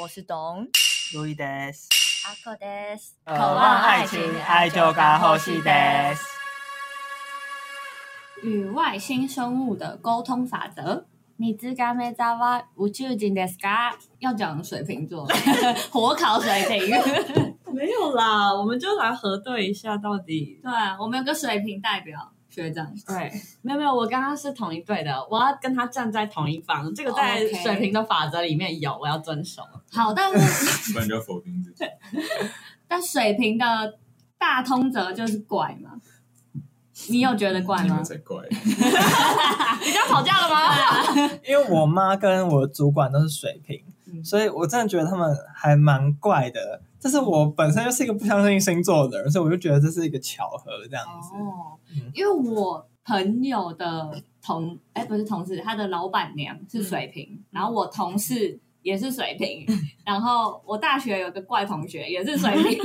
我是董路易德斯，阿克德斯，渴望爱情，爱就该呼吸德。与外星生物的沟通法则。你知嘎没扎哇？无究竟的 sky 要讲水瓶 座，火烤水 瓶。没有啦，我们就来核对一下到底。对，啊我们有个水瓶代表学长。对，没有没有，我刚刚是同一队的，我要跟他站在同一方，这个在 OK 水平的法则里面有，我要遵守。好，但是 不然就要否定自己。但水瓶的大通则就是怪嘛。你有觉得怪啊你吗啊们？才怪，你家吵架了吗？因为我妈跟我主管都是水瓶，嗯所以我真的觉得他们还蛮怪的。但是我本身就是一个不相信星座的人，所以我就觉得这是一个巧合这样子。哦嗯，因为我朋友的同哎不是同事，他的老板娘是水瓶，然后我同事也是水 瓶，然后我大学有个怪同学也是水 瓶，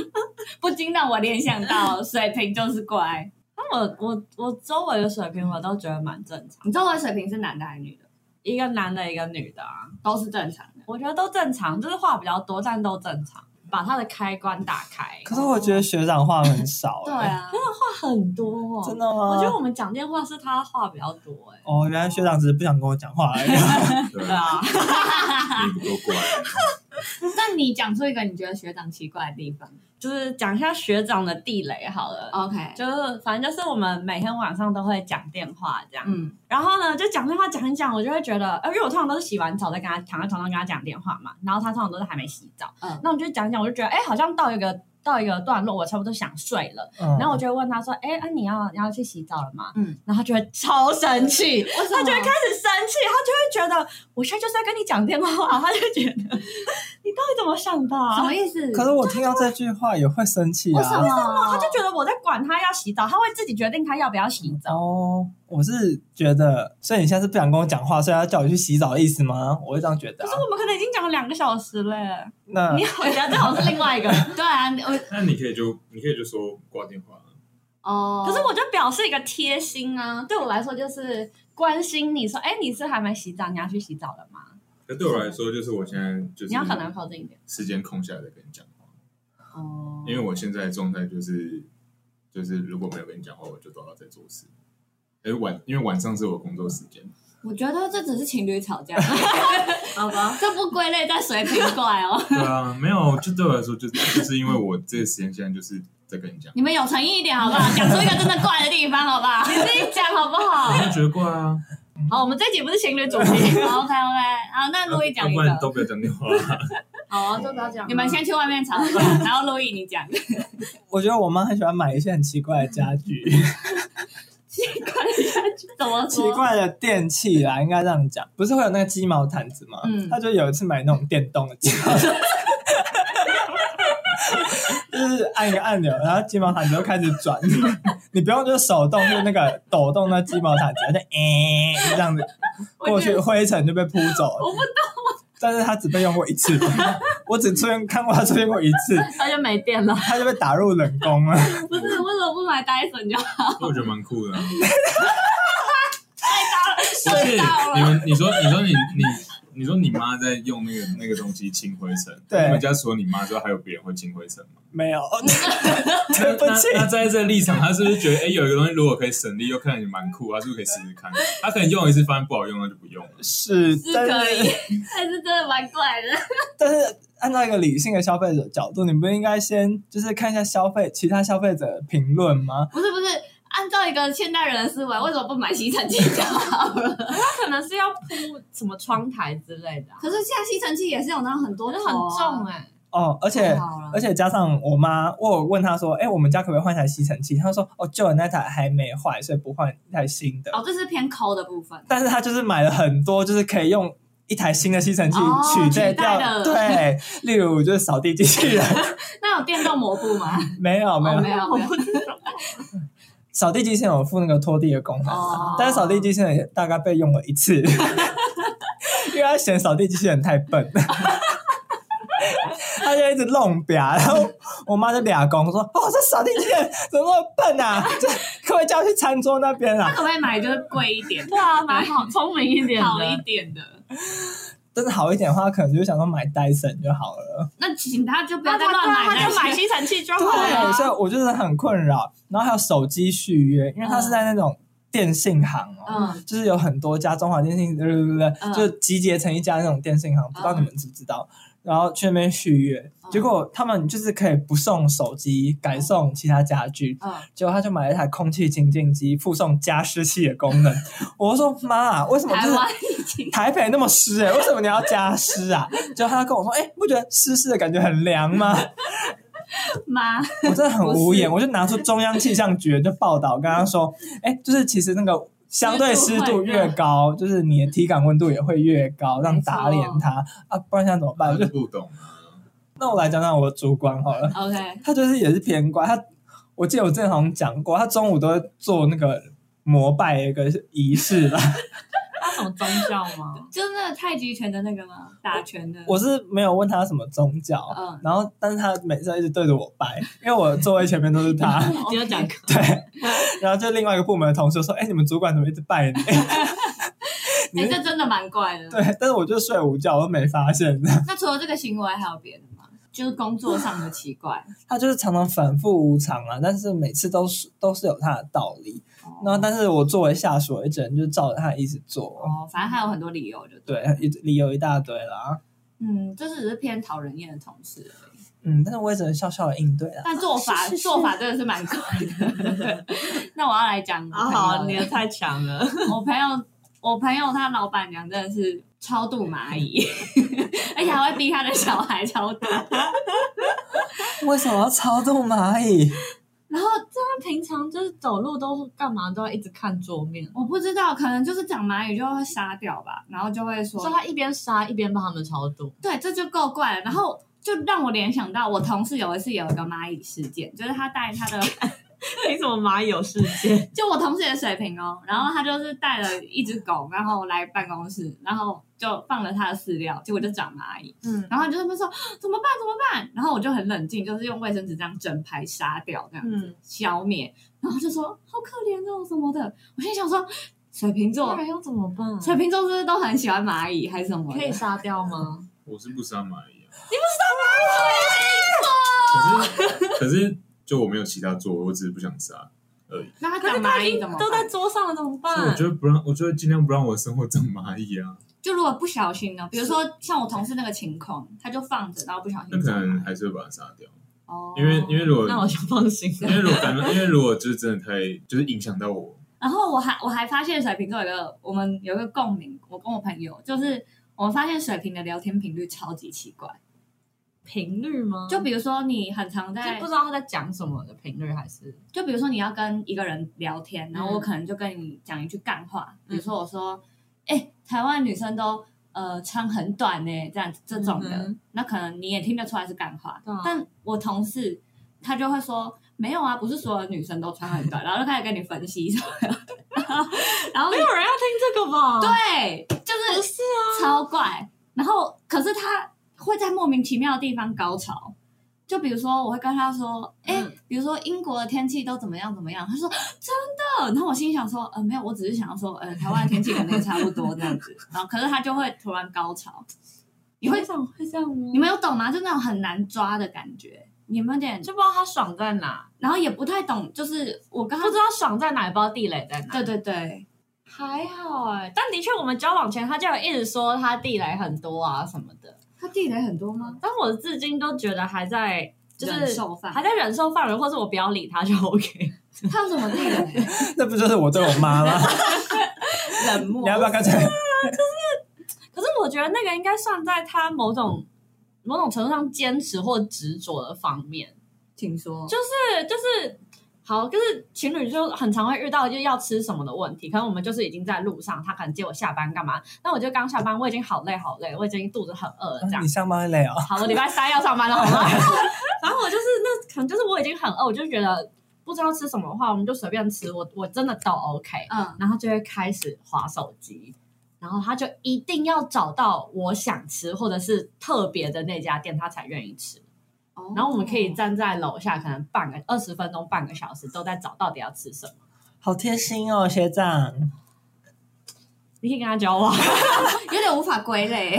不禁让我联想到水瓶就是怪。那我我我周围的水平我都觉得蛮正常，你知道我的水瓶是男的还是女的？一个男的，一个女的啊，都是正常的。我觉得都正常，就是话比较多，但都正常。把他的开关打开，可是我觉得学长话很少、对欸，啊，话很多哦，真的吗？我觉得我们讲电话是他话比较多哎、哦，原来学长只是不想跟我讲话 而已。对对啊，啊，你不够怪， 那你讲出一个你觉得学长奇怪的地方就是讲一下学长的地雷好了。 ？OK，就是反正就是我们每天晚上都会讲电话这样，嗯，然后呢就讲电话讲一讲，我就会觉得，呃，因为我通常都是洗完澡再跟他躺在床上跟他讲电话嘛，然后他通常都是还没洗澡，嗯那我就讲一讲，我就觉得，哎，好像到一个到一个段落，我差不多想睡了，嗯然后我就会问他说，哎，啊你要你要去洗澡了吗？嗯，然后他就会超生气，为什他么就会开始生气，他就会觉得我现在就是在跟你讲电话，他就觉得 你到底怎么想的啊、什么意思？可是我听到这句话也会生气为什么啊。？ 他就觉得我在管他要洗澡，他会自己决定他要不要洗澡。哦，我是觉得，所以你现在是不想跟我讲话，所以要叫我去洗澡的意思吗？我会这样觉得、可啊是。我们可能已经讲了两个小时嘞，那嗯你好像这好像是另外一个。对啊，我 那你可以就你可以就说挂电话了，哦，可是我就表示一个贴心啊，对我来说就是关心你说，哎、你是还没洗澡，你要去洗澡了吗？可对我来说，就是我现在就是你要很难靠近一点。时间空下来再跟你讲话，哦，因为我现在的状态就是就是如果没有跟你讲话，我就都要在做事。哎，晚因为晚上是我工作时间，我觉得这只是情侣吵架， 好吧，这不归类在水瓶怪哦。 对啊，没有，就对我来说，就就是因为我这个时间现在就是在跟你讲，你们有诚意一点好不好？讲出一个真的怪的地方好不好？你自己讲好不好我就觉得怪啊，好，我们这集不是情侣主 题， ？OK OK，好，那路易讲要一不然个，都不要讲电话。好啊都不要讲你们先去外面吵一架，然后路易你 讲。我觉得我妈很喜欢买一些很奇怪的 家具、怎么奇说？怪的电器啦，应该这样讲。不是会有那个鸡毛掸子吗？嗯她就有一次买那种电动的鸡毛掸子。 就是按一个按钮，然后鸡毛掸子就开始转， 你不用就是手动，就是那个抖动那鸡毛掸子，它就 诶、就这样子过去，灰尘就被扑走了。我不懂，但是它只被用过一次， 我只出现看过它出现过一次，他就没电了。 它就被打入冷宫了。不是为什么不买 Dyson 就好？我觉得蛮酷的、啊。到了不是睡到了你们，你说，你说你你。你说你妈在用那个那个东西清灰尘，对你们家除了你妈之外，还有别人会清灰尘吗？没 有，那对不起，那那在这个立场，他是不是觉得，哎，有一个东西如果可以省力又看起来蛮酷，他是不是可以试试看？他可能用一次发现不好用，那就不用了。是是但可以，但是真的蛮怪的。但是按照一个理性的消费者角度，你不应该先就是看一下消费其他消费者的评论吗？不是不是，按照一个现代人的思维，为什么不买吸尘器就好了？他可能是要铺什么窗台之类的 啊、可是现在吸尘器也是有那种很多我觉头得啊，很重哎、哦，而且好了而且加上我妈，我有问她说，哎，我们家可不可以换一台吸尘器？她说，哦，旧的那台还没坏，所以不换一台新的。哦，这是偏抠的部分。但是她就是买了很多，就是可以用。一台新的吸尘器哦取代取代掉，的对，例如就是扫地机器 人，那有电动抹布吗？没有没有哦，没有，没有。扫地机器人有付那个拖地的功能，哦但是扫地机器人也大概被用了一次，因为他嫌扫地机器人太笨，他就一直弄表，然后我妈就俩公说：“哦，这扫地机器人怎么那么笨啊？这可不可以叫我去餐桌那边啊可不可以买就是贵一点、对啊，蛮好，聪明一点的。好一点的？真的好一点的话，他可能就想说买 Dyson 就好了。那请他就不那啊要再他乱买对啊那些，他就买吸尘器就好啊对，所了。以我就是很困扰。然后还有手机续约，因为他是在那种电信行哦，嗯，就是有很多家中华电信，对对对对，嗯就集结成一家那种电信行，不知道你们知不知道？然后去那边续约，嗯结果他们就是可以不送手机，改送其他家具，嗯结果他就买了一台空气清净机，附送加湿器的功能。我就说妈，啊为什么台就是湾已经台北那么湿哎、欸，为什么你要加湿啊？结果他跟我说，哎、不觉得湿湿的感觉很凉吗？妈， 我真的很无言，不我就拿出中央气象局的报道，跟他说，哎、就是其实那个相对湿度越高，就是你的体感温度也会越高，让打脸他啊，不然想怎么办？我他就就不懂啊。那我来讲讲我的主管好了， OK，他就是也是偏乖，他我记得我之前好像讲过，他中午都会做那个膜拜的一个仪式啦，他什么宗教吗？就是那个太极拳的那个吗？打拳的，我是没有问他什么宗教。嗯，然后，但是他每次都一直对着我拜，因为我座位前面都是 他，哦你有哎讲对，然后就另外一个部门的同事说：“哎、你们主管怎么一直拜你？”你哎，这真的蛮怪的。 对，但是我就睡午觉，我都没发现。 那除了这个行为，还有别的吗？就是工作上的奇怪，他就是常常反复无常啊，但是每次都是都是有他的道理。然后，但是我作为下属，也只能就照着他一直做。哦，反正还有很多理由，就对。对，一理由一大堆啦。嗯，这只是偏讨人厌的同事而已，嗯，但是我也只能笑笑的应对啦。 但做法是是是做法 真的是蛮怪的。 那我要来讲我啊，朋好，你友的了，太强了。我朋友，我朋友他老板娘真的是超度蚂蚁，而且还会逼他的小孩超度。为什么要操纵蚂蚁？ 然后他平常就是走路都是干嘛都要一直看桌面，我不知道，可能就是长蚂蚁就会杀掉吧，然后就会说所以他一边杀一边帮他们超度。对，这就够怪了。然后就让我联想到我同事有一次有一个蚂蚁事件，就是他带他的， 凭什么马友事件？就我同事的水平哦，然后他就是带了一只狗，然后来办公室，然后就放了他的饲料，结果就长蚂蚁，嗯然后他就在那边说 怎么办怎么办，然后我就很冷静，就是用卫生纸这样整排杀掉，这样嗯，消灭，然后就说好可怜哦什么的，我心里想说水瓶不座。然啊要怎么办？水瓶座是不是都很喜欢蚂蚁还是什么的？可以杀掉 吗？我是不杀蚂蚁啊，你不杀蚂蚁，可是可是就我没有其他做，我只是不想杀而已。那他长蚂蚁怎么办都在桌上了，怎么啊所以我办？就不让，我就会尽量不让我的生活长蚂蚁啊。就如果不小心呢，比如说像我同事那个情况，他就放着，然后不小那心可长能了。还是会把它杀掉，哦，因为因为如果那我就放心了。因 为如果感染，因为如果就是真的太就是影响到我，然后我还我还发现水瓶座有个我们有一个共鸣，我跟我朋友就是我们发现水瓶的聊天频率超级奇怪，频率吗？就比如说你很常在就不，知道他在讲什么的频率还是就比如说你要跟一个人聊天，然后我嗯可能就跟你讲一句干话，比如说我说，哎、台湾女生都。呃，穿很短呢、这样这种的，嗯那可能你也听得出来是干话，对啊但我同事他就会说没有啊，不是所有女生都穿很短，然后就开始跟你分析什么的， 然后没有人要听这个吧？啊对，哦就是不是啊，超怪。然后可是他会在莫名其妙的地方高潮，就比如说我会跟他说，哎、嗯比如说英国的天气都怎么样怎么样，他说真的，然后我心想说，呃，没有，我只是想要说，呃，台湾的天气可能也差不多这样子。 然后可是他就会突然高潮，你会这样会这样吗？你们有懂吗？就那种很难抓的感觉。你们有点，就不知道他爽在哪，然后也不太懂，就是我刚不刚知道爽在哪，也不知道地雷在哪。对对对，还好哎、但的确我们交往前他就有一直说他地雷很多啊什么的，他地雷很多吗？但我至今都觉得还在就忍是受范还在忍受范围，或是我不要理他就 OK。他有什么地雷？ 那不就是我对我妈 吗？冷漠你要不要干脆可是我觉得那个应该算在他某种某种程度上坚持或执着的方面，请说。就是就是。好，就是情侣就很常会遇到就是要吃什么的问题，可能我们就是已经在路上，他可能接我下班干嘛？那我就刚下班，我已经好累好累，我已经肚子很饿了这样你。上班会累哦？好，我礼拜三要上班了，好吗？然后我就是那可能就是我已经很饿，我就觉得不知道吃什么的话，我们就随便吃，我我真的都 OK。嗯，然后就会开始划手机，然后他就一定要找到我想吃或者是特别的那家店，他才愿意吃。哦然后我们可以站在楼下，可能半个二十分钟、半个小时都在找到底要吃什么。好贴心哦，学长。你可以跟他交往。 有点无法归 类，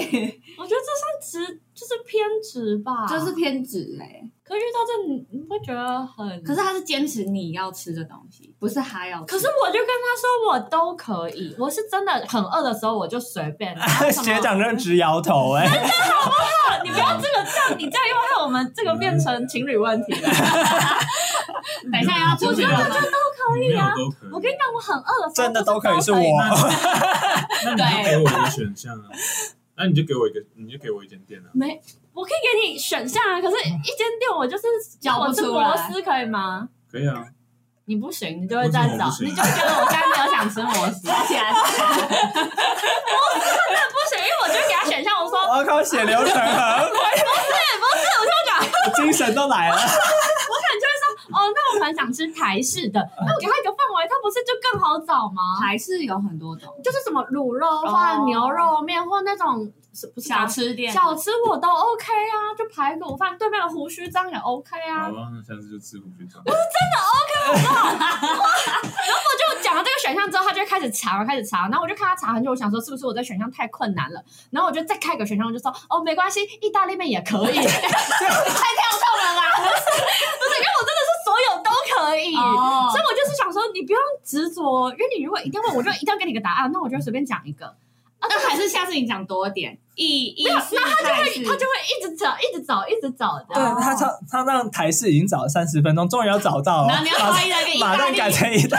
我觉得这算直，就是偏执吧。就是偏执哎。可遇到这，你你会觉得很。可是他是坚持你要吃的东西，不是他要吃。 可是我就跟他说我都可以，我是真的很饿的时候我就随 便。然后什么 学长真的直摇 头哎、 你不要这个这样，你这样又害我们这个变成情侣问题 了。等一下要出去了吗，可以啊，都可以。我跟你讲，我很饿的时候真的都可以是都我，那你就给我一个选项啊，那你就给我一个，你就给我一间店啊。没，我可以给你选项啊。可是，一间店我就是找不我吃出摩来斯可以吗？可以啊，你不行，你就会再为什么找我不，行你就觉得我现在没有想吃摩斯，抓起来， 不行，因为我就给他选项， 我说我靠，血流成 河，精神都来了。哦，那我很想吃台式的， 那我给他一个范围，他不是就更好找吗？还是有很多种就是什么卤肉饭、哦牛肉面或那种是不是小吃店。小吃我都 OK 啊，就排骨饭对面的胡须章也 OK 啊好。吧，那下次就吃胡须章。我就讲了这个选项之后，他就开始查，开始查，然后我就看他查很久，我想说是不是我这选项太困难了，然后我就再开一个选项，我就说哦没关系，意大利面也可以，太跳痛了啦，不是，因为我真的是所有都可以。哦所以我就是想说，你不用执着，因为你如果一定要问，我就一定要给你个答案，那我就随便讲一个，哦那还是下次你讲多点，意意式他泰就式，会一直找，一直找，一直找对的。他唱，他让台式已经找了三十分钟，终于要找到哦了然，后你要怀疑那个意马大上利啊改成一大。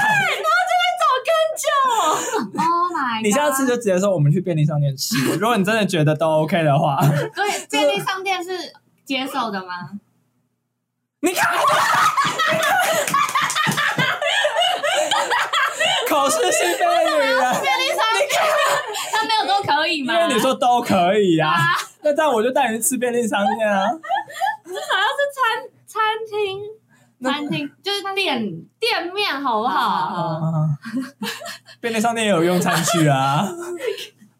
，Oh my god！你下次就直接说我们去便利商店吃。如果你真的觉得都 OK 的话， 所以便利商店是接受的吗？你看，口是心非的女人， 便利商店，他没有都可以因吗？为你说都可以啊，那这样我就带你去吃便利商店啊。餐厅餐厅就是店，店面好不好？好啊便利商店也有用餐区啊，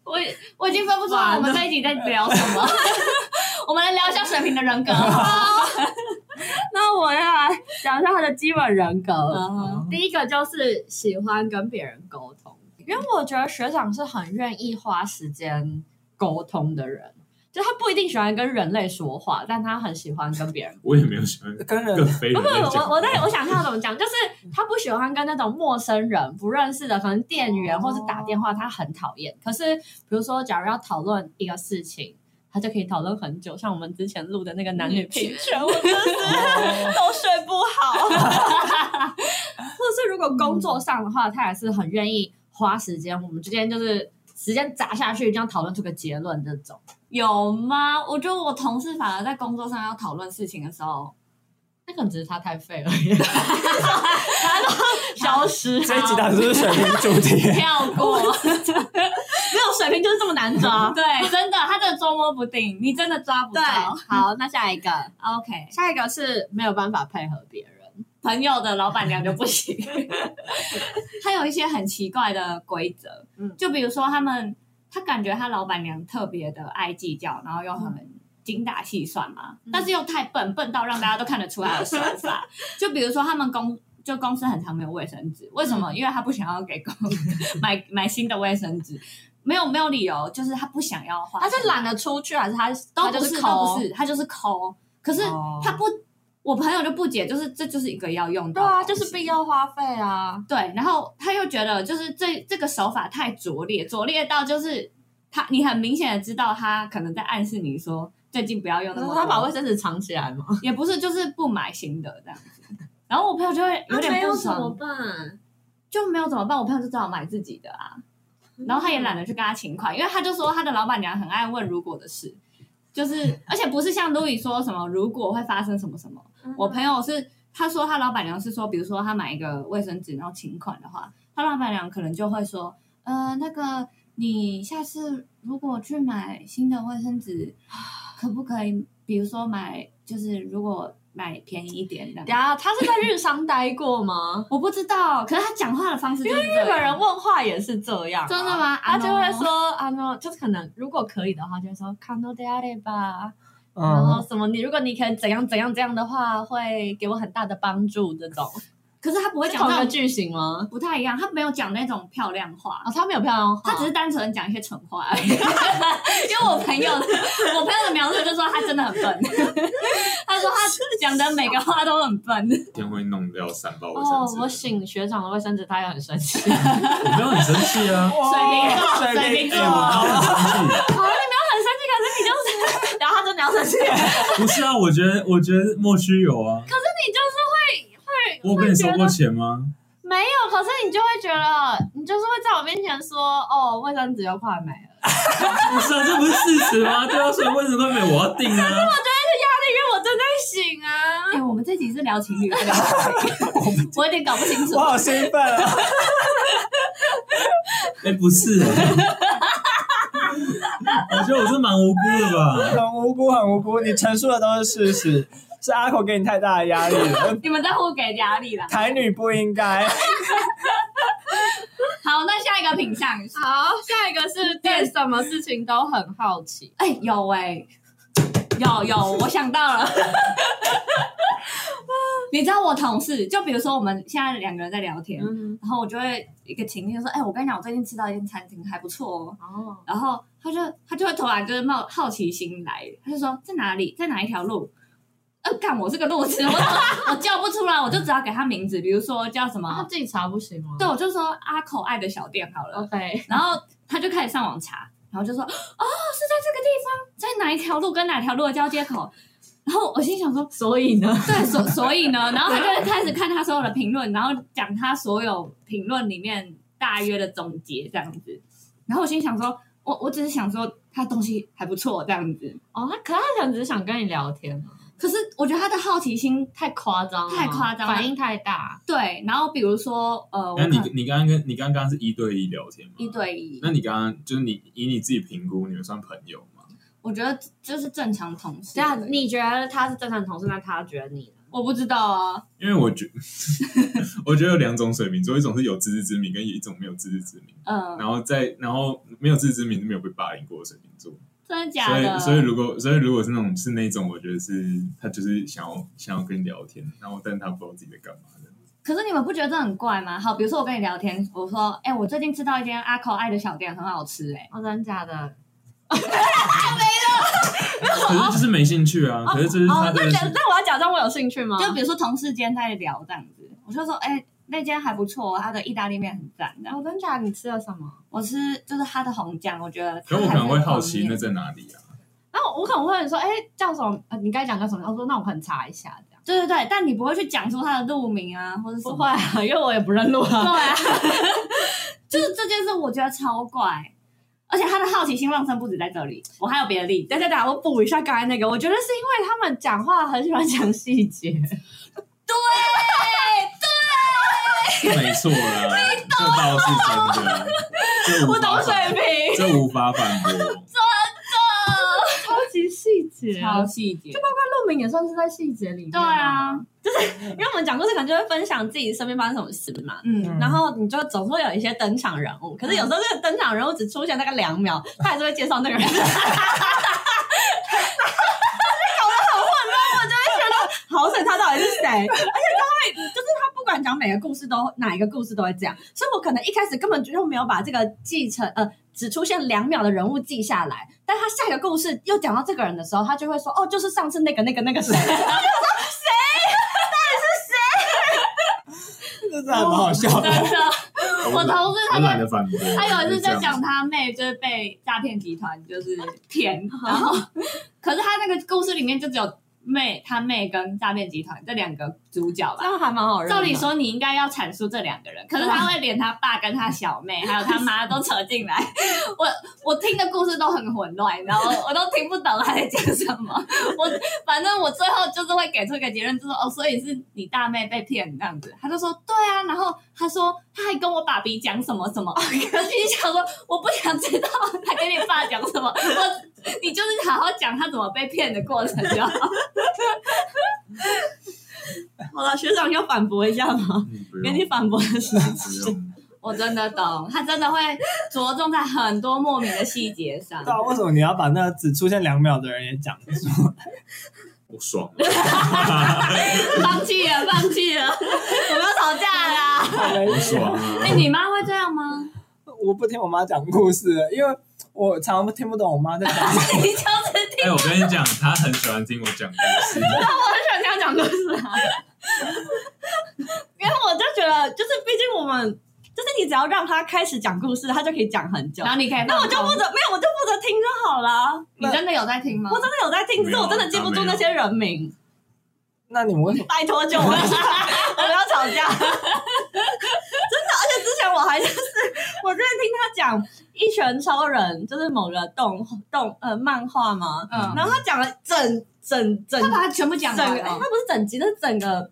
我我已经分不出啊来我们这一集在聊什 么。我们来聊一下水瓶的人格。那我要来讲一下他的基本人格。嗯第一个就是喜欢跟别人沟通，因为我觉得学长是很愿意花时间沟通的人，就他不一定喜欢跟人类说话，但他很喜欢跟别人。我也没有喜欢跟更人非哦不不，人类我讲。我在我想一下怎么讲，就是他不喜欢跟那种陌生人、不认识的，可能店员或是打电话，他很讨厌。可是比如说，假如要讨论一个事情，他就可以讨论很久，像我们之前录的那个男女平权， 我真的是都睡不好。或者是如果工作上的话，他也是很愿意花时间，我们之间就是时间砸下去，这样讨论出个结论这种。有吗？我觉得我同事反而在工作上要讨论事情的时候，那可能只是他太废 而已，消失。这一集当时是水平 主题，跳过。没有水平就是这么难抓。对，啊 真的，他真的捉摸不定，你真的抓不 对到。，好，那下一个， OK，下一个是没有办法配合别人，朋友的老板娘就不行， 他有一些很奇怪的规则，嗯就比如说他们，他感觉他老板娘特别的爱计较，然后又很精打细算嘛，但是又太笨，笨到让大家都看得出他的算 法。就比如说他们公。就公司很常没有卫生纸，为什么？因为他不想要给公 买买新的卫生纸，没有没有理由，就是他不想要花他钱。是懒得出去，还是他都他就不是，都抠不是，他就是抠。可是哦他不，我朋友就不解，就是这就是一个要用到对的啊，东西，就是必要花费啊。对。然后他又觉得，就是这这个手法太拙劣，拙劣到就是他，你很明显的知道他可能在暗示你说最近不要用那么多，他把卫生纸藏起来吗？也不是就是不买新的这样子。然后我朋友就会有点不爽，办？就没有怎么办？我朋友就只好买自己的啊。嗯然后他也懒得去跟他请款，因为他就说他的老板娘很爱问如果的事，就是而且不是像 Louis 说什么如果会发生什么什么。我朋友是他说他老板娘是说，比如说他买一个卫生纸然后请款的话，他老板娘可能就会说，呃，那个你下次如果去买新的卫生纸，可不可以？比如说买就是如果买便宜一点的？等，下，他是在日商待过吗我不知道，可是他讲话的方式因为日本人问话也是这样啊、真的吗他就会啊说啊，no，就是可能如果可以的话，就会说 “kano de a r 吧，然后嗯，什么你如果你可以怎样怎样怎样的话，会给我很大的帮助这种。可是他不会是讲同一那个种句型吗？不太一样，他没有讲那种漂亮话哦，，他没有漂亮话，他只是单纯讲一些蠢话而已。 因为我朋友的，我朋友的描述就说他真的很笨， 他说他讲的每个话都很笨。天会弄掉三包卫生哦纸。，我醒学长的卫生纸，他也很生气。 我没有很生气啊，水瓶水瓶座哎我我没有很生啊气。 然后他真的要生气，不是啊，我觉得我觉得莫须有啊。可是你就是会会，我跟你收过钱吗？ 没有，可是你就会觉得，你就是会在我面前说，哦，卫生纸又快没了。不是啊，这不是事实吗？对啊，所以为什么都没有我要定啊？因为我正在醒啊，哎、我们这集是聊情侣，还是聊感情我有点搞不清楚我。好兴奋啊！哎、不啊 是、我觉得我是蛮无辜的吧。很无辜，很无辜，你陈述的都是事实，是阿口给你太大的压力了。你们在互给压力啦。台女不应该，好，那下一个品相。 好，下一个是 对什么事情都很好奇。哎、有哎、有有，我想到了。 你知道我同事，就比如说我们现在两个人在聊天，嗯，然后我就会一个情境就说：“哎、我跟你讲，我最近吃到一间餐厅还不错哦。哦，”然后他就他就会突然就是冒好奇心来，他就说：“在哪里？在哪一条路？”呃，干我是个路痴，我 我叫不出来，我就只要给他名字，比如说叫什他么，自己查不行吗？哦对，我就说阿口爱的小店好了。 ，OK，然后他就开始上网查，然后就说：“哦，是在这个地方，在哪一条路跟哪条路的交接口。”然后我心想说所以呢，：“对，所 所以呢？”然后他就会开始看他所有的评论，然后讲他所有评论里面大约的总结这样子。然后我心想说：“我我只是想说他东西还不错这样子。哦，他可是他可能只是想跟你聊天啊，”可是我觉得他的好奇心太夸张了，太夸张了反应太大。对，然后比如说呃，我那可你能你刚刚跟你刚刚是一对一聊天吗？一对一，那你刚刚就是你以你自己评估，你们算朋友吗？我觉得就是正常同事这。样，啊你觉得他是正常同事，那他觉得你呢？我不知道啊，因为我 觉我觉得有两种水瓶座，一种是有自知之明，跟一种没有自知之明。嗯、然后在然后没有自知之明是没有被霸凌过的水瓶座，真的假所的？以所以如果所以如果是那种是那种，我觉得是他就是想要想要跟你聊天，然后但他不知道自己在干嘛的。可是你们不觉得这很怪吗？好，比如说我跟你聊天，我说，哎、我最近吃到一间阿口爱的小店，很好吃、哎，哦，真假的？可是就是没兴趣啊，可是这是他哦，的那假那我要假装我有兴趣吗？就比如说同事间在聊这样子，我就说，哎、那间还不错，它的意大利面很赞的。哦，真假？你吃了什么？我吃就是它的红酱，我觉得。可可我可能会好奇那在哪里啊？然后我可能会说，哎，叫什么？呃，你该讲叫什么？他说，那我可能查一下，这样。对对对，但你不会去讲出它的路名啊，或者什么。 不会，啊，因为我也不认路 对啊。啊，就是这件事，我觉得超怪。而且他的好奇心旺盛不止在这里，我还有别的例子。大家等下我补一下刚才那个，我觉得是因为他们讲话很喜欢讲细节，没错啦，这倒是真的，这无 不懂法水反平，这无法反驳。 超级细节超细节，路名也算是在细节里面。对，啊，因为我们讲故事可能就会分享自己身边发生什么事嘛。嗯，然后你就总会有一些登场人物，可是有时候这个登场人物只出现大概两秒，他还是会介绍那个人。搞 得好混乱，我就会觉得好，所以他到底是谁？而且他会，就是他不管讲每个故事都哪一个故事都会这样，所以我可能一开始根本就没有把这个继承呃只出现两秒的人物记下来，但他下一个故事又讲到这个人的时候，他就会说哦，就是上次那个那个那个谁，这还蛮好笑的真。的。我同事他我就懒得反驳。他有一次在就这样讲他妹就是被诈骗集团就是骗，然后可是他那个故事里面就只有妹他妹跟诈骗集团这两个主角这吧。样还蛮好认的。照理说你应该要阐述这两个人，可是他会连他爸跟他小妹还有他妈都扯进来， 我我听的故事都很混乱，然后我都听不懂他在讲什么。 我反正我最后就是会给出一个结论，就是哦，所以是你大妹被骗这样子。他就说对啊，然后他说他还跟我爸比讲什么什 么，可是你想说我不想知道他跟你爸讲什么，我你就是好好讲他怎么被骗的过程就好。 好了，学长要反驳一下吗？嗯不用给你反驳的时间。不用我真的懂，他真的会着重在很多莫名的细节 上。对啊，为什么你要把那个只出现两秒的人也讲出来？我爽了。放弃了，放弃了，我们要讨吵架啦。好没不意思爽啊！哎，你妈会这样吗？我不听我妈讲故事了，因为我常常听不懂我妈在讲什 么。你就是听哎，我跟你讲，他很喜欢听我讲故事，喜欢听我讲故事啊， 因为我就觉得，就是毕竟我们，就是你只要让他开始讲故事，他就可以讲很久然。后你可以，那我就负，责，没有，我就负责听就好了。你真的有在听吗？我真的有在听，只是我真的记不住那些人名。那你们为什么？ 拜托 救我！我们要吵 架，真的。而且之前我还就是，我之前听他讲《一拳超人》，就是某个动动呃漫画嘛，嗯，然后他讲了整整整他把它全部讲整哦完个，他了不是整集，那是整个，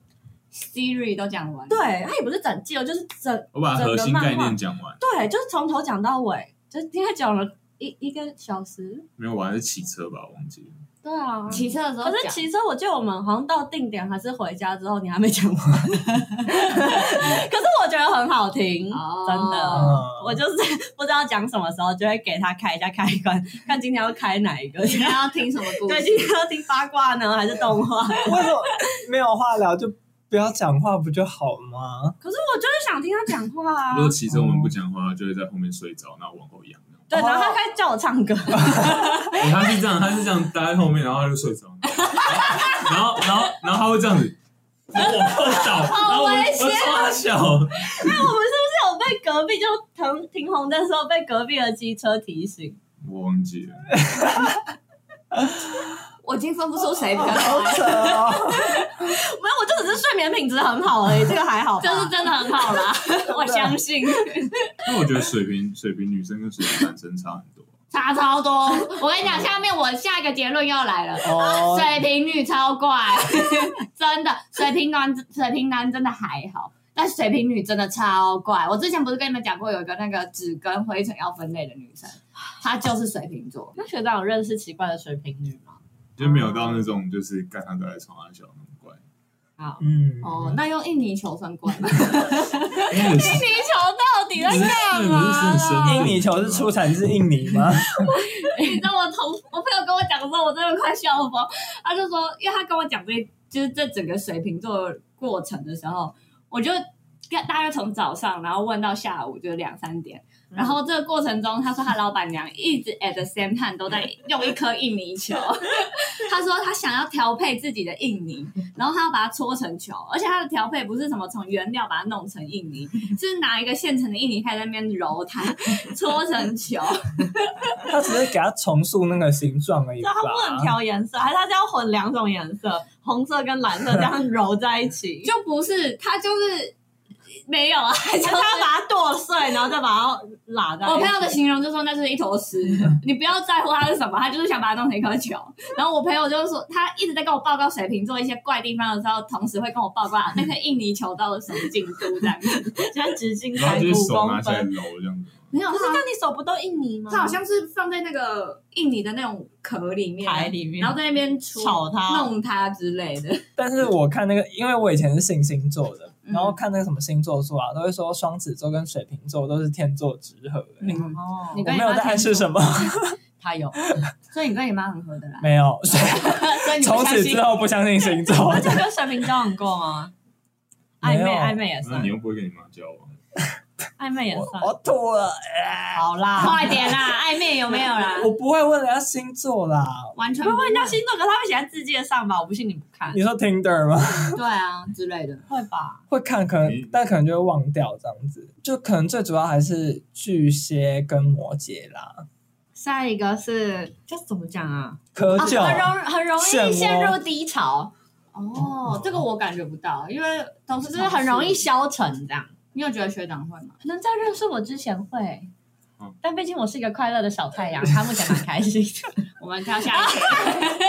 ，Siri 都讲完了，对，他也不是整季哦，就是整我把核心概念讲完，对，就是从头讲到尾，就是应该讲了一一个小时。没有，我还是骑车吧，我忘记了。对啊骑车的时候可是讲，骑车，我记得我们好像到定点还是回家之后，你还没 讲完。可是我觉得很好听，哦真的。嗯我就是 不知道讲什么时候，就会给他开一下开关，看今天要开哪 一个。你们要听什么故对，事？今天要听八卦呢，还是动画？为什么没有话聊就不要讲话不就好吗？ 可是我就是想听他讲话啊如。果骑车我们不讲话，就会在后面睡着，然后往后仰。对，然后他开始叫我唱歌， 哎他是这样，他是这样搭在后面，然后他就睡 着，然后然后然后他会这样子。然后往后倒，然后我我抓小，我被隔壁就停停红灯的时候被隔壁的机车提醒。我忘记了，我已经分不出谁比较好可 爱，扯哦！没有，我就只是睡眠品质很好而已，这个还好吧。这是真的很好 啦，我相信因为我觉得水平水平女生跟水平男生差很多。差超多。我跟你讲，下面我下一个结论又来了。哦，水瓶女超怪， 真的，水瓶男水瓶男真的还好，但水瓶女真的超怪。我之前不是跟你们讲过，有一个那个纸跟灰尘要分类的女生，她就是水瓶座。那学长有认识奇怪的水瓶女吗？就没有到那种就是干他都在床上小那么 怪。嗯，哦，那用印尼球算怪吗？因 为印尼球到底在你是干哎你不是嘛很深啦？印尼球是出产自印尼吗？你知道我同我朋友跟我讲的时候，我真的快笑疯。他就说，因为他跟我讲这就是这整个水瓶座过程的时候，我就跟大概从早上，然后问到下午就两三点。然后这个过程中，他说他老板娘一直 at the same time 都在用一颗印尼球。 他说他想要调配自己的印泥，然后他要把它搓成球，而且他的调配不是什么从原料把它弄成印泥，是拿一个现成的印泥开始在那边揉它，搓成球。他只是给他重塑那个形状而已知吧道。他不能调颜色，还是他是要混两种颜色，红色跟蓝色这样揉在一起， 就就不是他就是没有啊，就还是是要哦把它剁碎，然后再把它拉在一起。我朋友的形容就说那就是一坨屎，你不要在乎它是什么，他就是想把它弄成一颗球。然后我朋友就是说，他一直在跟我报告水瓶座一些怪地方的时候，同时会跟我报告那个印尼球到底什么进度这样子。现在直径然才后就是五手拿公起来分，揉这样子。没有，可是他那你手不都印泥吗？他好像是放在那个印尼的那种壳里面，台里面，然后在那边戳炒它弄它之类的。但是我看那个，因为我以前是信星座的，嗯然后看那个什么星座书啊，都会说双子座跟水瓶座都是天作之合、欸。哦，你我跟嗯你没有妈在暗示天什么， 他 有，所以你跟你妈很合的啦。没有。所以你不从相此信之后不相信星座而。且跟水瓶交往过吗？ 没暧有昧暧昧也那算你，又不会跟你妈交往，暧昧也我算。 我吐了，好啦，快点啦，暧昧有没有啦？我不会问人家星座啦。完全不会会人家星座，可是他会写在字界上吧？我不信你不看，你说 Tinder 吗？对啊之类的。会吧？会看，可能你但可能就会忘掉这样子。就可能最主要还是巨蟹跟摩羯啦，下一个是这怎么讲啊？窠臼、很容很容易陷入低潮，哦，这个我感觉不到，因为同事就就是是很很容容易易。消沉这样。你有觉得学长会吗？可能在认识我之前会嗯，但毕竟我是一个快乐的小太阳， 他目前蛮开心的。我们跳下一题。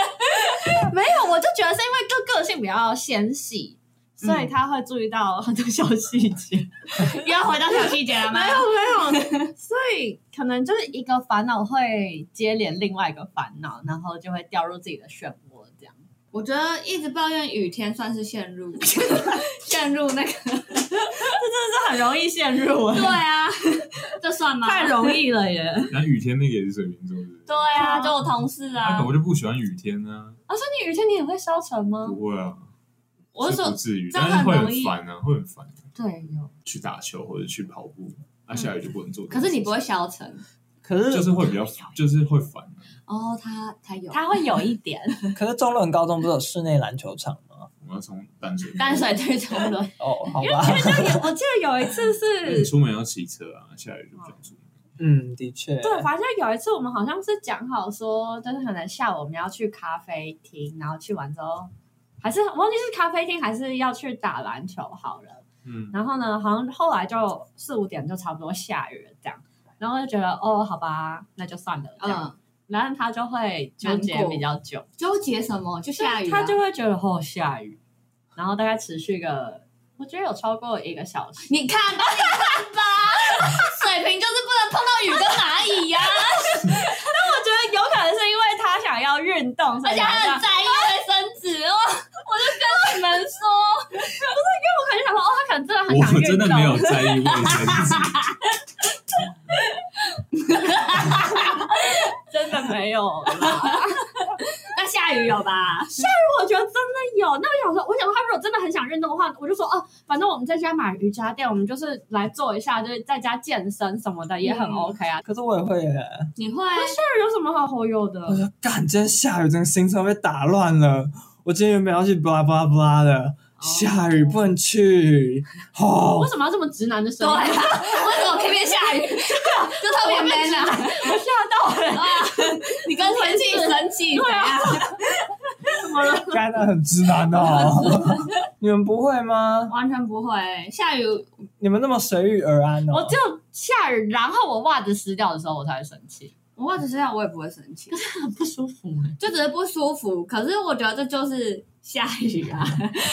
没有，我就觉得是因为个个性比较纤细。所以他会注意到很多小细节，又 要回到小细节了吗？ 有没 有，所以可能就是一个烦恼会接连另外一个烦恼，然后就会掉入自己的漩涡这样。我觉得一直抱怨雨天算是陷入 陷入那个。这很容易陷入、对啊，这算吗？ 太容易了耶！然后雨天那个也是水瓶座的，对啊，就我同事他啊可。我就不喜欢雨天啊，啊，所以你雨天你也会消沉吗？不会啊，我是是说不至于，这样但是会很容很易烦啊，会很烦。 对，有去打球或者去跑步，啊，下雨就不能做嗯这可种事情。是你不会消沉可是就是会比较，就是会烦啊。哦，他他有他会有一点，可是中仑高中不是有室内篮球场吗？我要从淡水，淡水对中轮，哦，好吧， 我记得有一次因为你是，出门要骑车啊，下雨就不能出门。 嗯，的确，对，反正有一次我们好像是讲好说，就是可能下午我们要去咖啡厅，然后去完之后，还是我忘记是咖啡厅还是要去打篮球好了。嗯，然后呢，好像后来就四五点就差不多下雨了这样，然后就觉得哦，好吧，那就算了这样。嗯，然后他就会纠结比较久，纠结什么？就下雨啊，他就会觉得哦下雨，然后大概持续个，我觉得有超过一个小 时。你看吧，你看吧， 水瓶就是不能碰到雨跟蚂蚁呀、我觉得有可能是因为他想要运动，所而以且他他很想在意卫生纸哦。我就跟你们说，我可能想说哦，他可能真的很想我运动。真的没有在意卫生 纸，真的没 有啦。 那下雨有吧？我觉得真的有。那我想说，我想说他如果真的很想运动的话，我就说哦，反正我们在家买瑜伽垫，我们就是来做一下，就是在家健身什么的也很嗯 OK 啊。可是我也会耶，你会这有什么好忽悠 的？我说干，今天下雨，整个行程被打乱了。我今天原本要去巴拉巴拉巴拉的，下雨不能去，哦为，什么要这么直男的对声音？啊，为什么偏偏下雨？就特别 man 啊！我吓到了，啊， 你跟天气神奇对啊，怎么了？干的很直男 哦。你们不会吗？完全不会下雨。你们那么随遇而安哦。我只有下雨，然后我袜子湿掉的时候，我才会生气，我袜子湿掉，我也不会生气，很不舒服、欸就只是不舒服。可是我觉得这就是下雨啊，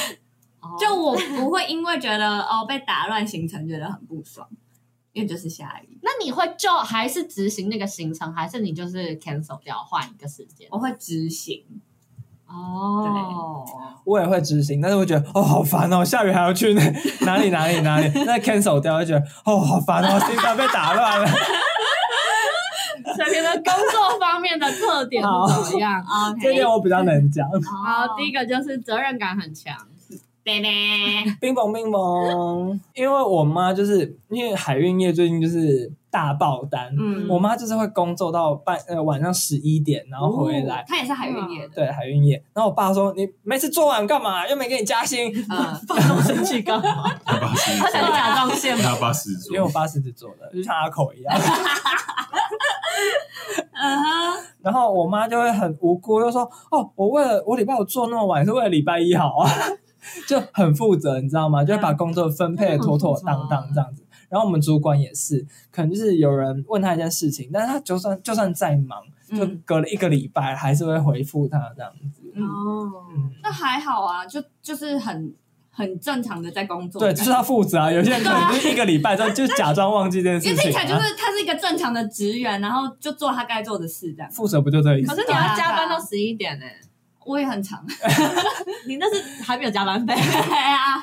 哦就我不会因为觉得哦被打乱行程觉得很不爽，因为就是下雨。那你会就还是执行那个行程，还是你就是 cancel 掉，换一个时间？我会执行，哦，我也会执行，但是我觉得哦好烦哦，下雨还要去 那哪里哪里哪里，那 cancel 掉就觉得哦好烦哦，行程被打 乱了。这边的工作方面的特点是怎么样？这 OK，点我比较 能讲。好，哦第一个就是责任感很强，拜拜。冰崩冰崩，因为我妈就是因为海运业最近就是大爆单，嗯我妈就是会工作到半呃晚上十一点，然后回来。哦他也是海运业的，对海运业，然后我爸说：“你每次做完干嘛？又没给你加薪。嗯，放那么生气干嘛？他八十他想去甲状腺吗？他八十”因为我座，爸是只做的，就像阿口一样。嗯哼，然后我妈就会很无辜，就说：“哦，我为了我礼拜五做那么晚，是为了礼拜一好啊，就很负责，你知道吗？就会把工作分配的妥妥当嗯当这样子。”然后我们主管也是，可能就是有人问他一件事情，但是他就算就算再忙，就嗯隔了一个礼拜还是会回复他这样子。嗯，哦，嗯，那还好啊，就就是很很正常的在工作，对，就是他负责啊。有些人可能就是一个礼拜之后就假装忘记这件因事为听情、起来就啊，是他是一个正常的职员，然后就做他该做的事，这样啊负责不就这个意思可？是你要加班到十一点呢、我也很常。你那是还没有加班费。对啊，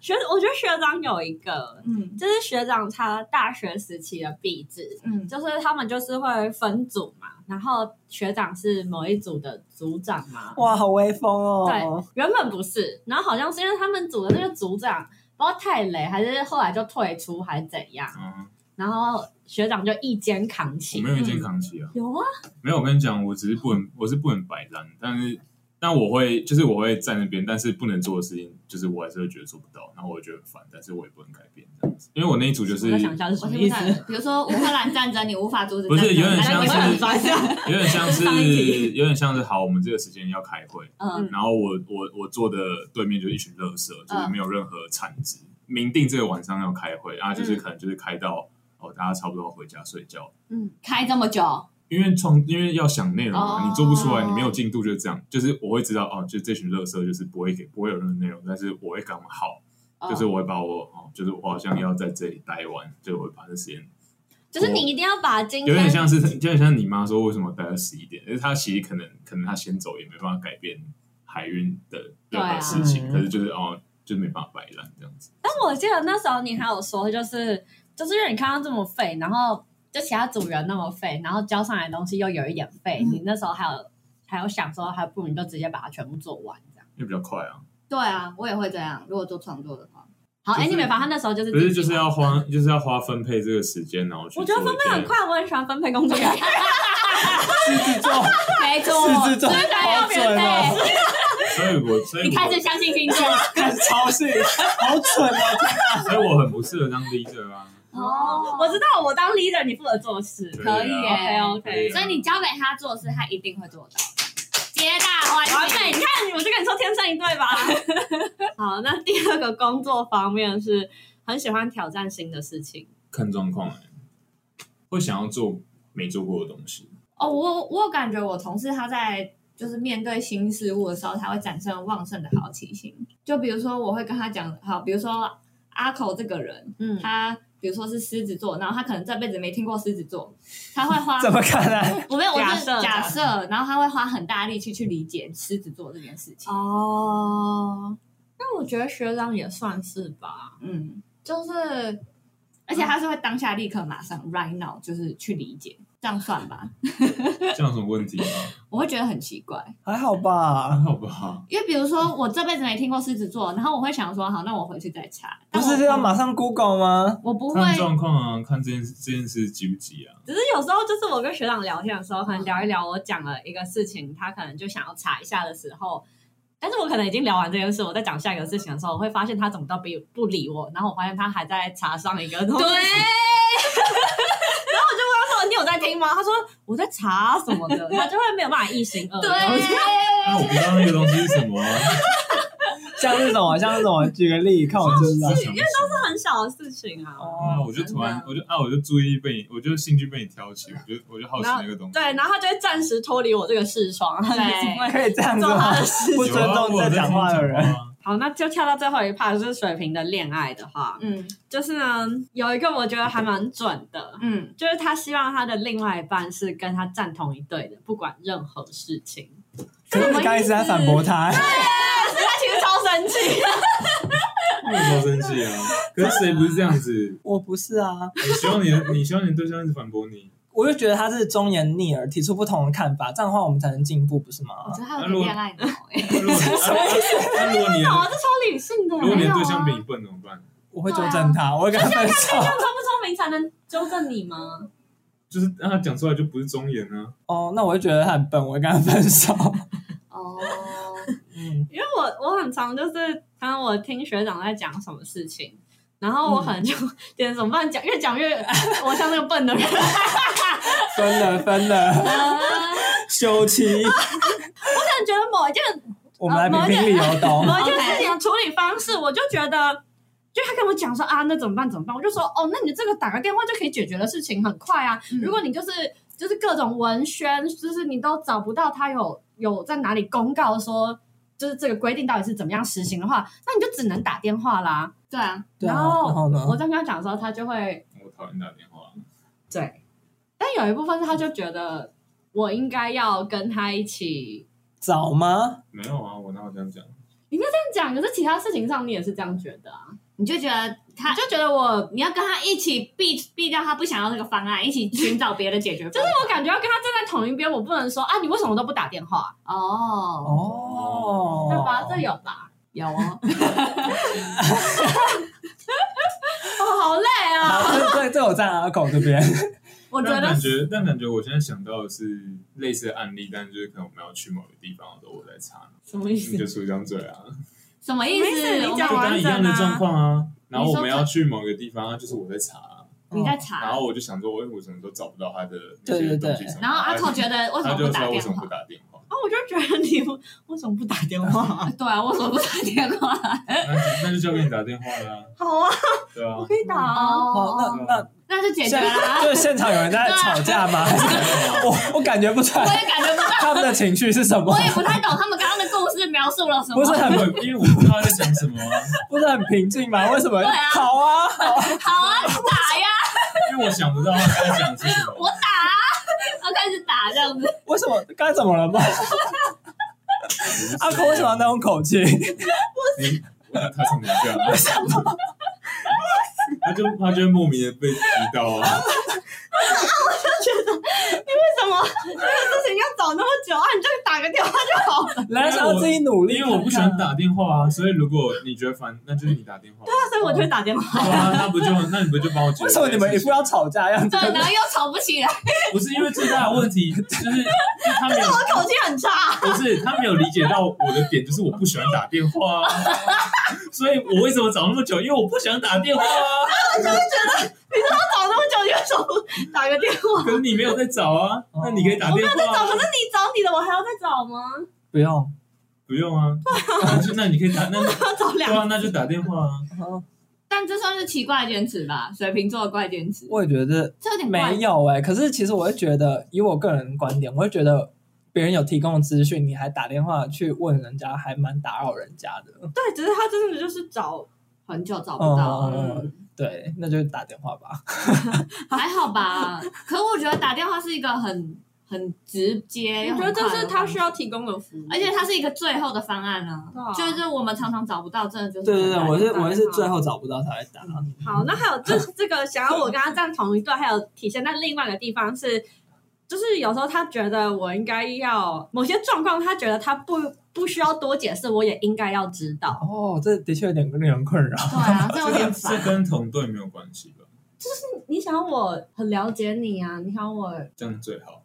学，我觉得学长有一个，嗯就是学长他大学时期的壁纸，嗯，就是他们就是会分组嘛，然后学长是某一组的组长嘛，哇，好威风哦！对，原本不是，然后好像是因为他们组的那个组长不知道太累，还是后来就退出还是怎样，嗯，然后学长就一肩扛我起没。有一肩扛起啊。有啊，没有，我跟你讲，我只是不能，我是不能摆烂，但是，但我会，就是我会站那边，但是不能做的事情，就是我还是会觉得做不到，然后我会觉得很烦，但是我也不能改变这样子，因为我那一组就是我想一有下是什我么听意不思太。懂。比如说乌克兰战争，你无法阻止战不争，是有点但像你是会很烦点像是上一题有点像是好，我们这个时间要开会，嗯然后我我我坐的对面就是一群乐色，就是没有任何产值，明定这个晚上要开会，然后就是可能就是开到哦，大家差不多要回家睡觉，开这么久，因为创，因为要想内容哦啊，你做不出来，你没有进度就是这样。就是我会知道哦，就这群乐色就是不会给不会有任何内容，但是我会刚好，嗯就是我会把我哦，就是我好像要在这里待完，就我会把这时间就是你一定要把今有点天像是有点像你妈说为什么待到十一点，因为她其实可能可能她先走也没办法改变海运的任何事对情，啊可是就是哦，就没办法摆烂这样子。但我记得那时候你还有说，就是就是因为你看到这么废，然后就其他组员那么废，然后交上来的东西又有一点废，嗯你那时候还有还有想说，还不如你就直接把它全部做完这样。因为比较快啊，对啊，我也会这样。如果做创作的话，好就是，anyway，反正他那时候就是可自是己就是要花，就是要花分配这个时间，然后去我觉得分配很快，我很喜欢分配工作。 狮子座，没错，狮子座真的要好 准人哦，做一点，所以我 所以你我开始相信星 座，看超市好准哦，所以我很不适合当 leader 啊。哦，我知道我当 leader，你负责做事，对啊可以耶 OK，OK 所以你交给他做的事，他一定会做到的。皆大欢完喜，美！你看，我就跟你说天生一对吧。 好，那第二个工作方面是很喜欢挑战新的事情，看状况、欸，会想要做没做过的东西。哦，我我有感觉我同事他在就是面对新事物的时候，他会展现旺盛的好奇心。就比如说，我会跟他讲，好，比如说阿口这个人，嗯他比如说是狮子座，然后他可能这辈子没听过狮子座，他会花怎么看啊？我没有，我假是设假设，然后他会花很大力气去理解狮子座这件事情。哦，那我觉得学长也算是吧，嗯，就是而且他是会当下立刻马上 right now 就是去理解，这样算吧？这样有什么问题吗？我会觉得很奇怪。还好吧还？好吧，因为比如说我这辈子没听过狮子座，然后我会想说，好，那我回去再查。不但我是要马上 Google 吗？我不会，看状况啊，看这件事这件事急不急啊？ 只是有时候就是我跟学长聊天的时候，可能聊一聊我讲了一个事情，他可能就想要查一下的时候，但是我可能已经聊完这件事，我在讲下一个事情的时候，我会发现他怎么都不不理我，然后我发现他还在查上一个东西，然后我就问他说：“你有在听吗？”他说：“我在查什么 的。”他就会没有办法一心二用。那啊我不知道那个东西是什 么、啊，像这种啊，像这种啊，举个例，看我知不知道哦因。为都很小的事情啊。啊，我就突然，我就啊，我就注意力被你，我就兴趣被你挑起，我就我就好奇那个东西。对，然后他就会暂时脱离我这个视窗，他就对不会可以这样子做吗他？的事。不尊重啊在讲话的人。啊好，那就跳到最后一趴，就是水瓶的恋爱的话，嗯就是呢，有一个我觉得还蛮准的，嗯，就是他希望他的另外一半是跟他站同一队的，不管任何事情。可是你刚开始在反驳 他，他其实超生气，为什么生气啊？可是谁不是这样子？我不是啊，你希望你的，你希望你的对象一直反驳 你。我就觉得他是忠言逆耳，提出不同的看法，这样的话我们才能进步，不是我吗觉？得他有点恋 爱脑哎，啊那如果你，那啊如果你的，我哦是超理性的。如果你的对没有象啊比你笨怎么办？我会纠正他，我会跟他分手。这样聪不聪明才能纠正你吗？就是让他讲出来就不是忠言啊。哦，那我会觉得他很笨，我会跟他分手。哦，嗯，因为我我很常就是，常常我听学长在讲什么事情，然后嗯我可能就 点怎么办讲，越讲越 我像那个笨的 人。分了分了，休妻。但觉得某一件我哦们来评评理由懂。某一件事情的处理方式，我就觉得，就他跟我讲说啊，那怎么办？怎么办？我就说哦，那你这个打个电话就可以解决的事情很快啊。嗯如果你就是就是各种文宣，就是你都找不到他有有在哪里公告说，就是这个规定到底是怎么样实行的话，那你就只能打电话啦。对啊，对啊，然后然后呢？我这样跟他讲的时候，他就会我讨厌打电话，对，但有一部分是他就觉得我应该要跟他一起。早吗？没有啊，我哪有这样讲？这样讲，可是其他事情上你也是这样觉得啊？你就觉得你他。 就觉得我你要跟他一起避避掉他不想要那个方案，一起寻找别的解 决方就是案。我感觉要跟他站在同一边，我不能说啊，你为什么都不打电话，哦，哦，对吧？这有吧？有哦，哦，好累啊！好这这这我站阿狗这边。我觉但得感觉，但感觉我现在想到的是类似的案例，但就是可能我们要去某个地方的时候，我在查，什么意你就出一张嘴啊，什么意什么意思？思你我讲就们当一样的状况啊。然后你我说们要去某个地方，啊就是我在查啊，你在然查，后我就想说，我为什么都找不到他的那对些对东西对什么的？然后阿寇觉得为什他么就不打他就说为电什么 不话？打电话？啊，我就觉得你为什么不打电话？ 对啊，为什么不打电话？那就那就交给你打电话啦，好啊，对啊我。可以打啊。哦 哦，，啊那那 那就解决现啦。就是现场有人在吵架吗？ 我我感觉不出啊我来也感觉不到，他们的情绪是什么我，也不太懂他们刚刚的故事描述了什么。不是 很啊因为因为我不知道他在想什么啊，不是很平静吗？为什么对啊？好啊，好啊好啊， 打呀，因为我想不到他在想是 什我么。然后开始打这样子。为什么？刚才怎么了吗？阿狗为什么要那种口气？你那他怎么这样？为什么？啊他就他就会莫名的被击到啊！为什么这个事情要走那么久啊，你就打个电话就好了。来想要自己努力 因看看，为我不喜欢打电话啊，所以如果你觉得烦，那就是你打电话。对啊，所以我就会打电话。啊，那不就那你不就帮我解决？为什么你们一副要吵架的样子？对，然后又吵不起来，不是因为最大的问题就是就是他没有我口气很差。啊不是他没有理解到我的点，就是我不喜欢打电话、啊，所以我为什么找那么久？因为我不想打电话啊，找那么久，你为什么打个电话？可是你没有在找啊，那你可以打我电没有在话、找，可啊，是你找你的，我还要再找吗？不用，不用啊，那就那你可以打，那要找对两啊，那就打电话啊。但这算是奇怪的坚持吧，水瓶座的怪坚持，我也觉得这有点怪没有哎、可是其实我会觉得，以我个人观点，我会觉得别人有提供的资讯，你还打电话去问人家，还蛮打扰人家的。对，只是他真的就是找很久找不到，嗯对，那就打电话吧。啊还好吧。可是我觉得打电话是一个很很直接，我觉得这是他需要，要提供的服务，而且它是一个最后的方案啊对啊，就是我们常常找不到，真的就是对对对，很难我是打电话我是最后找不到才会打。好，那还有就是这个想要我跟他站同一队，还有体现在另外一个地方是，就是有时候他觉得我应该要某些状况，他觉得他不不需要多解释，我也应该要知道。哦，这的确有点令人困扰。对啊，这有这点 跟这烦。跟同队没有关系吧？你想我很了解你啊，你想我这样最好，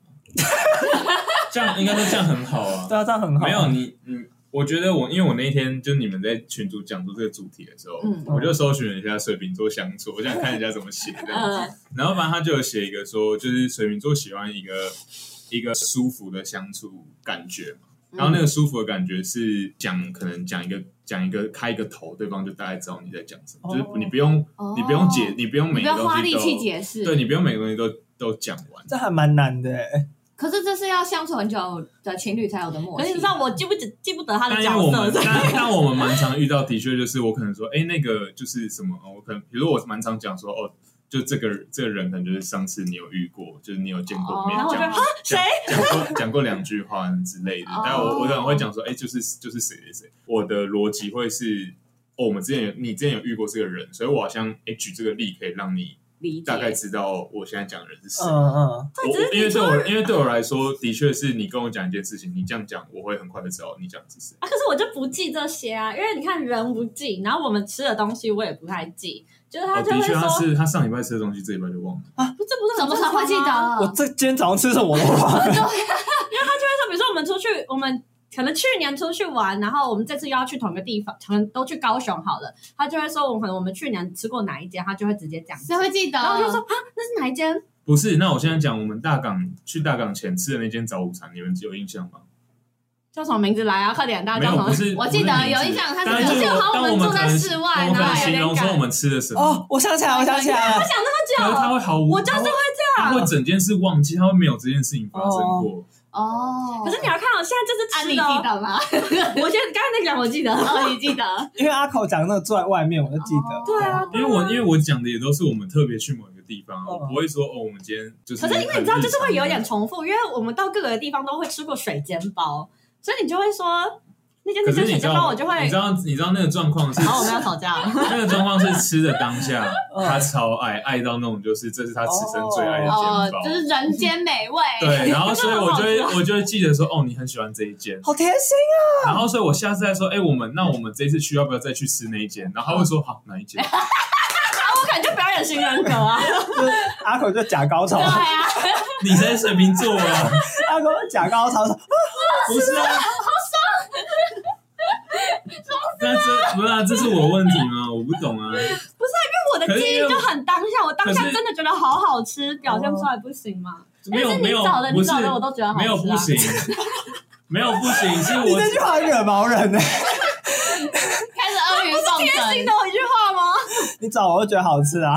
这样应该说这样很好啊。对啊，这样很好。没有你，你我觉得我，因为我那一天就你们在群组讲出这个主题的时候，嗯我就搜寻了一下水瓶座相处，我想看人家怎么写的。呃，然后反正他就有写一个说，就是水瓶座喜欢一个一个舒服的相处感觉嘛。嗯然后那个舒服的感觉是讲，可能讲一个讲一个开一个头，对方就大概知道你在讲什哦么，就是你不用你不用解，，你不用你每不个要东西都花力气解释。对你不用每个东西都都讲完。这还蛮难的、欸。可是这是要相处很久的情侣才有的默可契。是你知道我记不记记不得他的但因角为我色们，所以但但我们蛮常遇到，的确就是我可能说，哎、那个就是什么，哦我可能比如我蛮常讲说，哦，就这个这个人可能就是上次你有遇过，就是你有见过面，哦然后我就讲 啊谁讲讲过讲过两句话之类的哦。 但我我可能会讲说，哎、就是就是谁谁谁，我的逻辑会是。哦，我们之前有你之前有遇过这个人，所以我好像哎举这个例可以让你理解大概知道我现在讲的人是谁。嗯嗯，我我因为对我因为对我来说，的确是你跟我讲一件事情，你这样讲，我会很快的知道你讲的是谁。啊，可是我就不记这些啊，因为你看人不记，然后我们吃的东西我也不太记，就是他哦，就的会确，说，他是他上礼拜吃的东西，这礼拜就忘了。不这不是啊怎很么正才常会记吗得？我这今天早上吃什么我都忘了。就比如说我们出去，我们可能去年出去玩，然后我们这次又要去同一个地方，可能都去高雄好了，他就会说我们可能我们去年吃过哪一间，他就会直接讲。谁会记得？然后我就说啊，那是哪一间？不是，那我现在讲我们大港去大港前吃的那间早午餐，你们有印象吗？叫什么名字来啊？快点，大没家叫有，什么不？是，我记得不是名字有印象他是当然就是我记得好像我当们我们住在可能室外我们可然能后有形点容说赶我们吃的什 么，哦，我想起来，我想起来了，可是他会毫无，我就是会这他会，他会样。整件事忘记，他会没有这件事情发生过。哦，可是你要看哦，现在这安是妮吃记的哦、得 吗？我现在刚才那讲我记得。哦，你记得？因为阿口讲那个坐在外面，我就记得。对啊，因为我因为我讲的也都是我们特别去某一个地方，哦我不会说哦，我们今天就是。可是因为你知道，就是会有点。重复，因为我们到各个地方都会吃过水煎包，所以你就会说那间那可是间你水知煎包，道，我就你会知。道你知道那个状况是然后我们要吵架 了。 那个状况是吃的当下，嗯他超爱，爱到那种就是这是他此生最爱的哦煎包，。就是人间美 味。哎对，然后所以我就真会的好我就会记得说，哦，你很喜欢这一间，好贴心啊！然后所以我下次再说，哎，我们那我们这一次去要不要再去吃那一间？然后他会说好哪一间？ 我感觉表演型人格 啊，就是阿口就假高潮，对阿啊，你才是水瓶座 啊，口就假高潮，不是啊，好爽， 那这不是啊，这是我问题吗？我不懂啊，我的记忆就很当下，我当下真的觉得好好吃，表现出来不行吗？哦没有但是没你有找的，不你是找的我都觉得好吃、啊。没有不 行，没有不行，是 你我这句话惹毛人欸呢、开始阿谀奉听承。懂 我一句话吗？你找我就觉得好吃啊！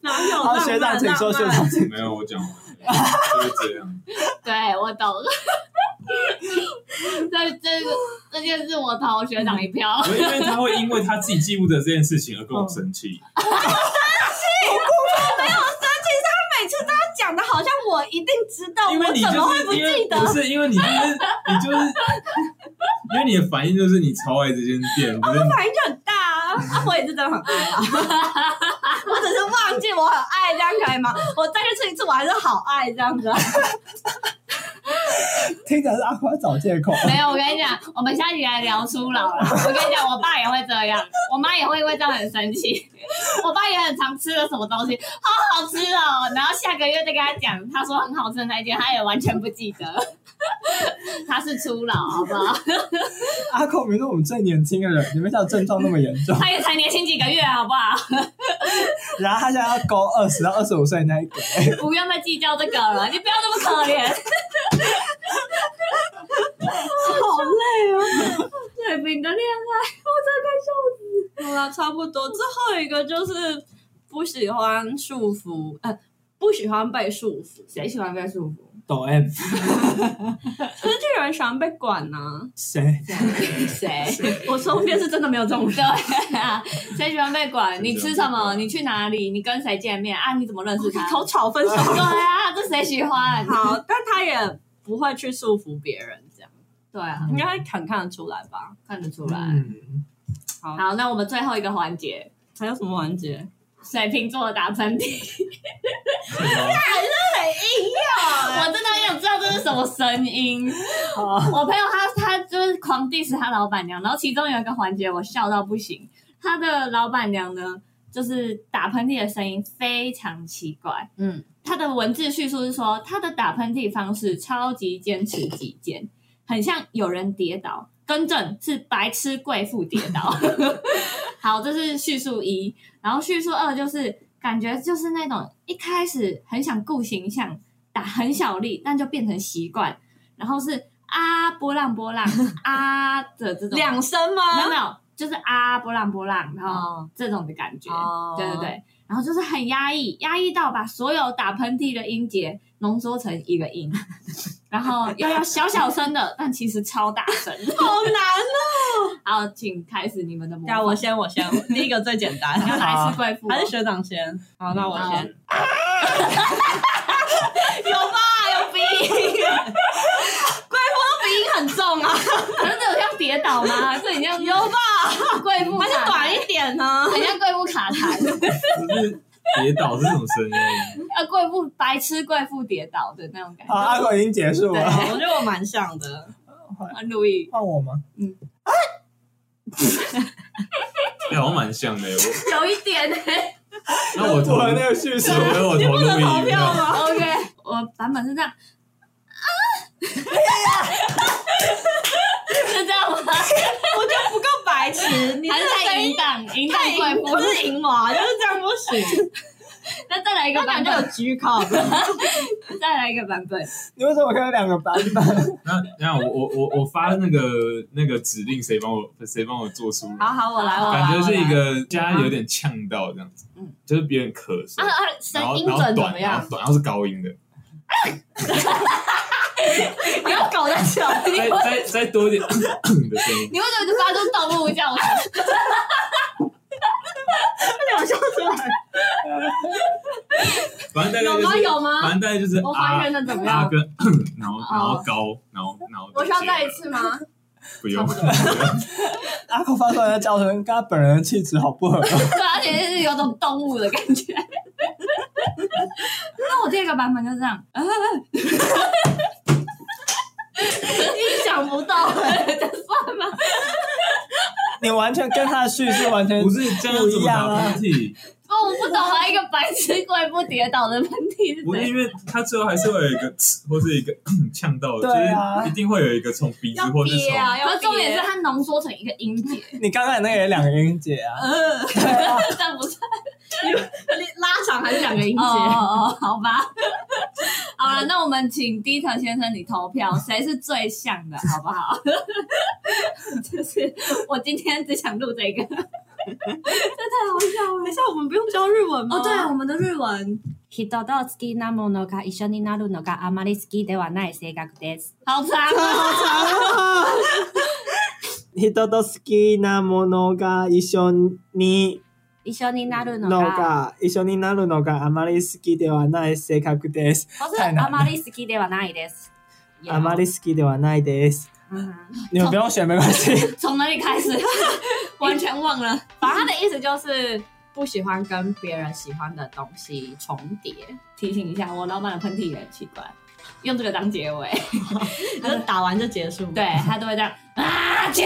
哪有？好，学长，请说，学长，请没有我讲完了，就是这样。对，我懂。 这这个这件事，我投学长一票。不是因为他会因为他自己记不得这件事情而跟我生气，每次都要讲的好像我一定知道，因为哦我你怎么就会是因记为得？不是因为你就是你就是，因为你的反应就是你超爱这间店，就是反应就很大啊！啊，我也是真的很爱 啊，我只是忘记我很爱，这样可以吗？我再去吃一次，我还是好爱这样子啊。听起来是阿宽找借口。没有，我跟你讲，我们下集来聊初老了。我跟你讲，我爸也会这样，我妈也会因为这样很生 气。我爸也很常吃了什么东西，好好吃哦。然后下个月再跟他讲，他说很好吃的那一间，他也完全不记得。 他是初老，好不好？阿孔明是我们最年轻的人，你们想症状那么严重，他也才年轻几个月，好不好？然后他现在要勾二十到二十五岁那一个，不用再计较这个了，你不要这么可怜。好累哦。水平的恋爱，好啦，差不多。最后一个就是不喜欢束缚，呃，不喜欢被束缚。谁喜欢被束缚？抖 M 可是就有人喜欢被管呐、谁？谁？ 我身边是真的没有这种人。对啊，谁喜欢被管？你吃什么？你去哪里？你跟谁见面啊？你怎么认识他？口吵分手。对啊，这谁喜欢？好，但他也不会去束缚别人，这样对啊，应该很看得出来吧？看得出来。嗯，好，那我们最后一个环节，还有什么环节？水瓶座的打喷嚏。 我真的很想知道这是什么声音。好，我朋友他他就是狂 diss 他老板娘，然后其中有一个环节我笑到不行，他的老板娘呢就是打喷嚏的声音非常奇怪，嗯，他的文字叙述是说他的打喷嚏方式超级坚持己见，很像有人跌倒，更正是白痴贵妇跌倒。 好，这是叙述一，然后叙述二就是感觉就是那种一开始很想顾形象，打很小力，但就变成习惯，然后是啊波浪波浪啊的这种，两声吗？没有没有，就是啊波浪波浪，然后哦，这种的感觉，哦对对，对，然后就是很压抑，压抑到把所有打喷嚏的音节浓缩成一个音， 然后又要小小声的，但其实超大声。 好难哦。 好，请开始你们的模对啊，仿。我先，我先，第一个最简单，你要白痴贵妇，哦还是学长先？好，那我先。 有鼻音，贵妇的 鼻音很重 啊。可是这有像跌倒吗？这很像有吧？贵妇还是短一点 呢？很像贵妇卡痰，不是跌倒是什么声哎音？呃，贵妇白痴贵妇跌倒的那种感好，啊阿觉。孔已经结束了，我觉得我蛮像的。啊，路易，换我吗？哎，好像蛮像的。我有一点呢。那我投我，那个叙述我，觉得我投录投音票了。吗？ OK，我版本是这样。啊！ 是这样吗？我觉得不够白痴，你还这是个在声音引导引导太贵淫不妇？是啊淫啊娃，就是这样不行。那再来一个他版感觉有本， G 考的， 再来一个版本。你为什么可以有两个版本？那那我我我我发那个那个指令，谁帮我谁帮我做出来？好啊好，我来，我来。感觉是一我来个家有点呛到这样子，嗯就是别人咳嗽，啊啊，然后声音然后准怎么短，然后样？短，然后是高 音的，不要搞在笑，你再会再再多一 点的声音，你会怎么发出动物叫声？我笑出来。反正大概有就吗？是，有吗反？正大概就是我还啊原的怎么啊样？哦跟 然后然后高，然后然后我需要再再一，次吗？不用，阿孔发出来的叫声跟他本人的气质好不合。 对，而且是有种动物的感觉。 那我第二个版本就这样，啊、你想不到、你完全跟他的叙述完全不是这样怎么打喷 嚏？我不懂啊，一个白痴贵妇跌倒的问题是不是谁？因为它最后还是会有一个 或是一个呛到，就对啊是一定会有一个从鼻子或是从然后重点是他它浓缩成一个音节，你刚才那个也两个音节啊，但不是拉长还是两个音哦节？哦，好吧。好 了，那我们请 Dieter 先生你投 票，谁是最像的，好不好？就是我今天只想录 这个。等一下，我们不用教日文吗？啊哦，对，我们的日文。 人と好きなものが一緒になるのがあまり好きではない性格です。好长 啊！ 人と好きなものが一緒に一緒になるののが、が一緒になるのがあまり好きではない性格です。不是太难了あまり好きではないです。あまり好きではないです。嗯你们不用选没关系。从哪里开始？ 完全忘了。反正他的意思就是不喜欢跟别人喜欢的东西重叠。提醒一下，我老板的喷嚏也很奇怪。用这个当结尾，他就打完就结束。对，他都会这样啊，就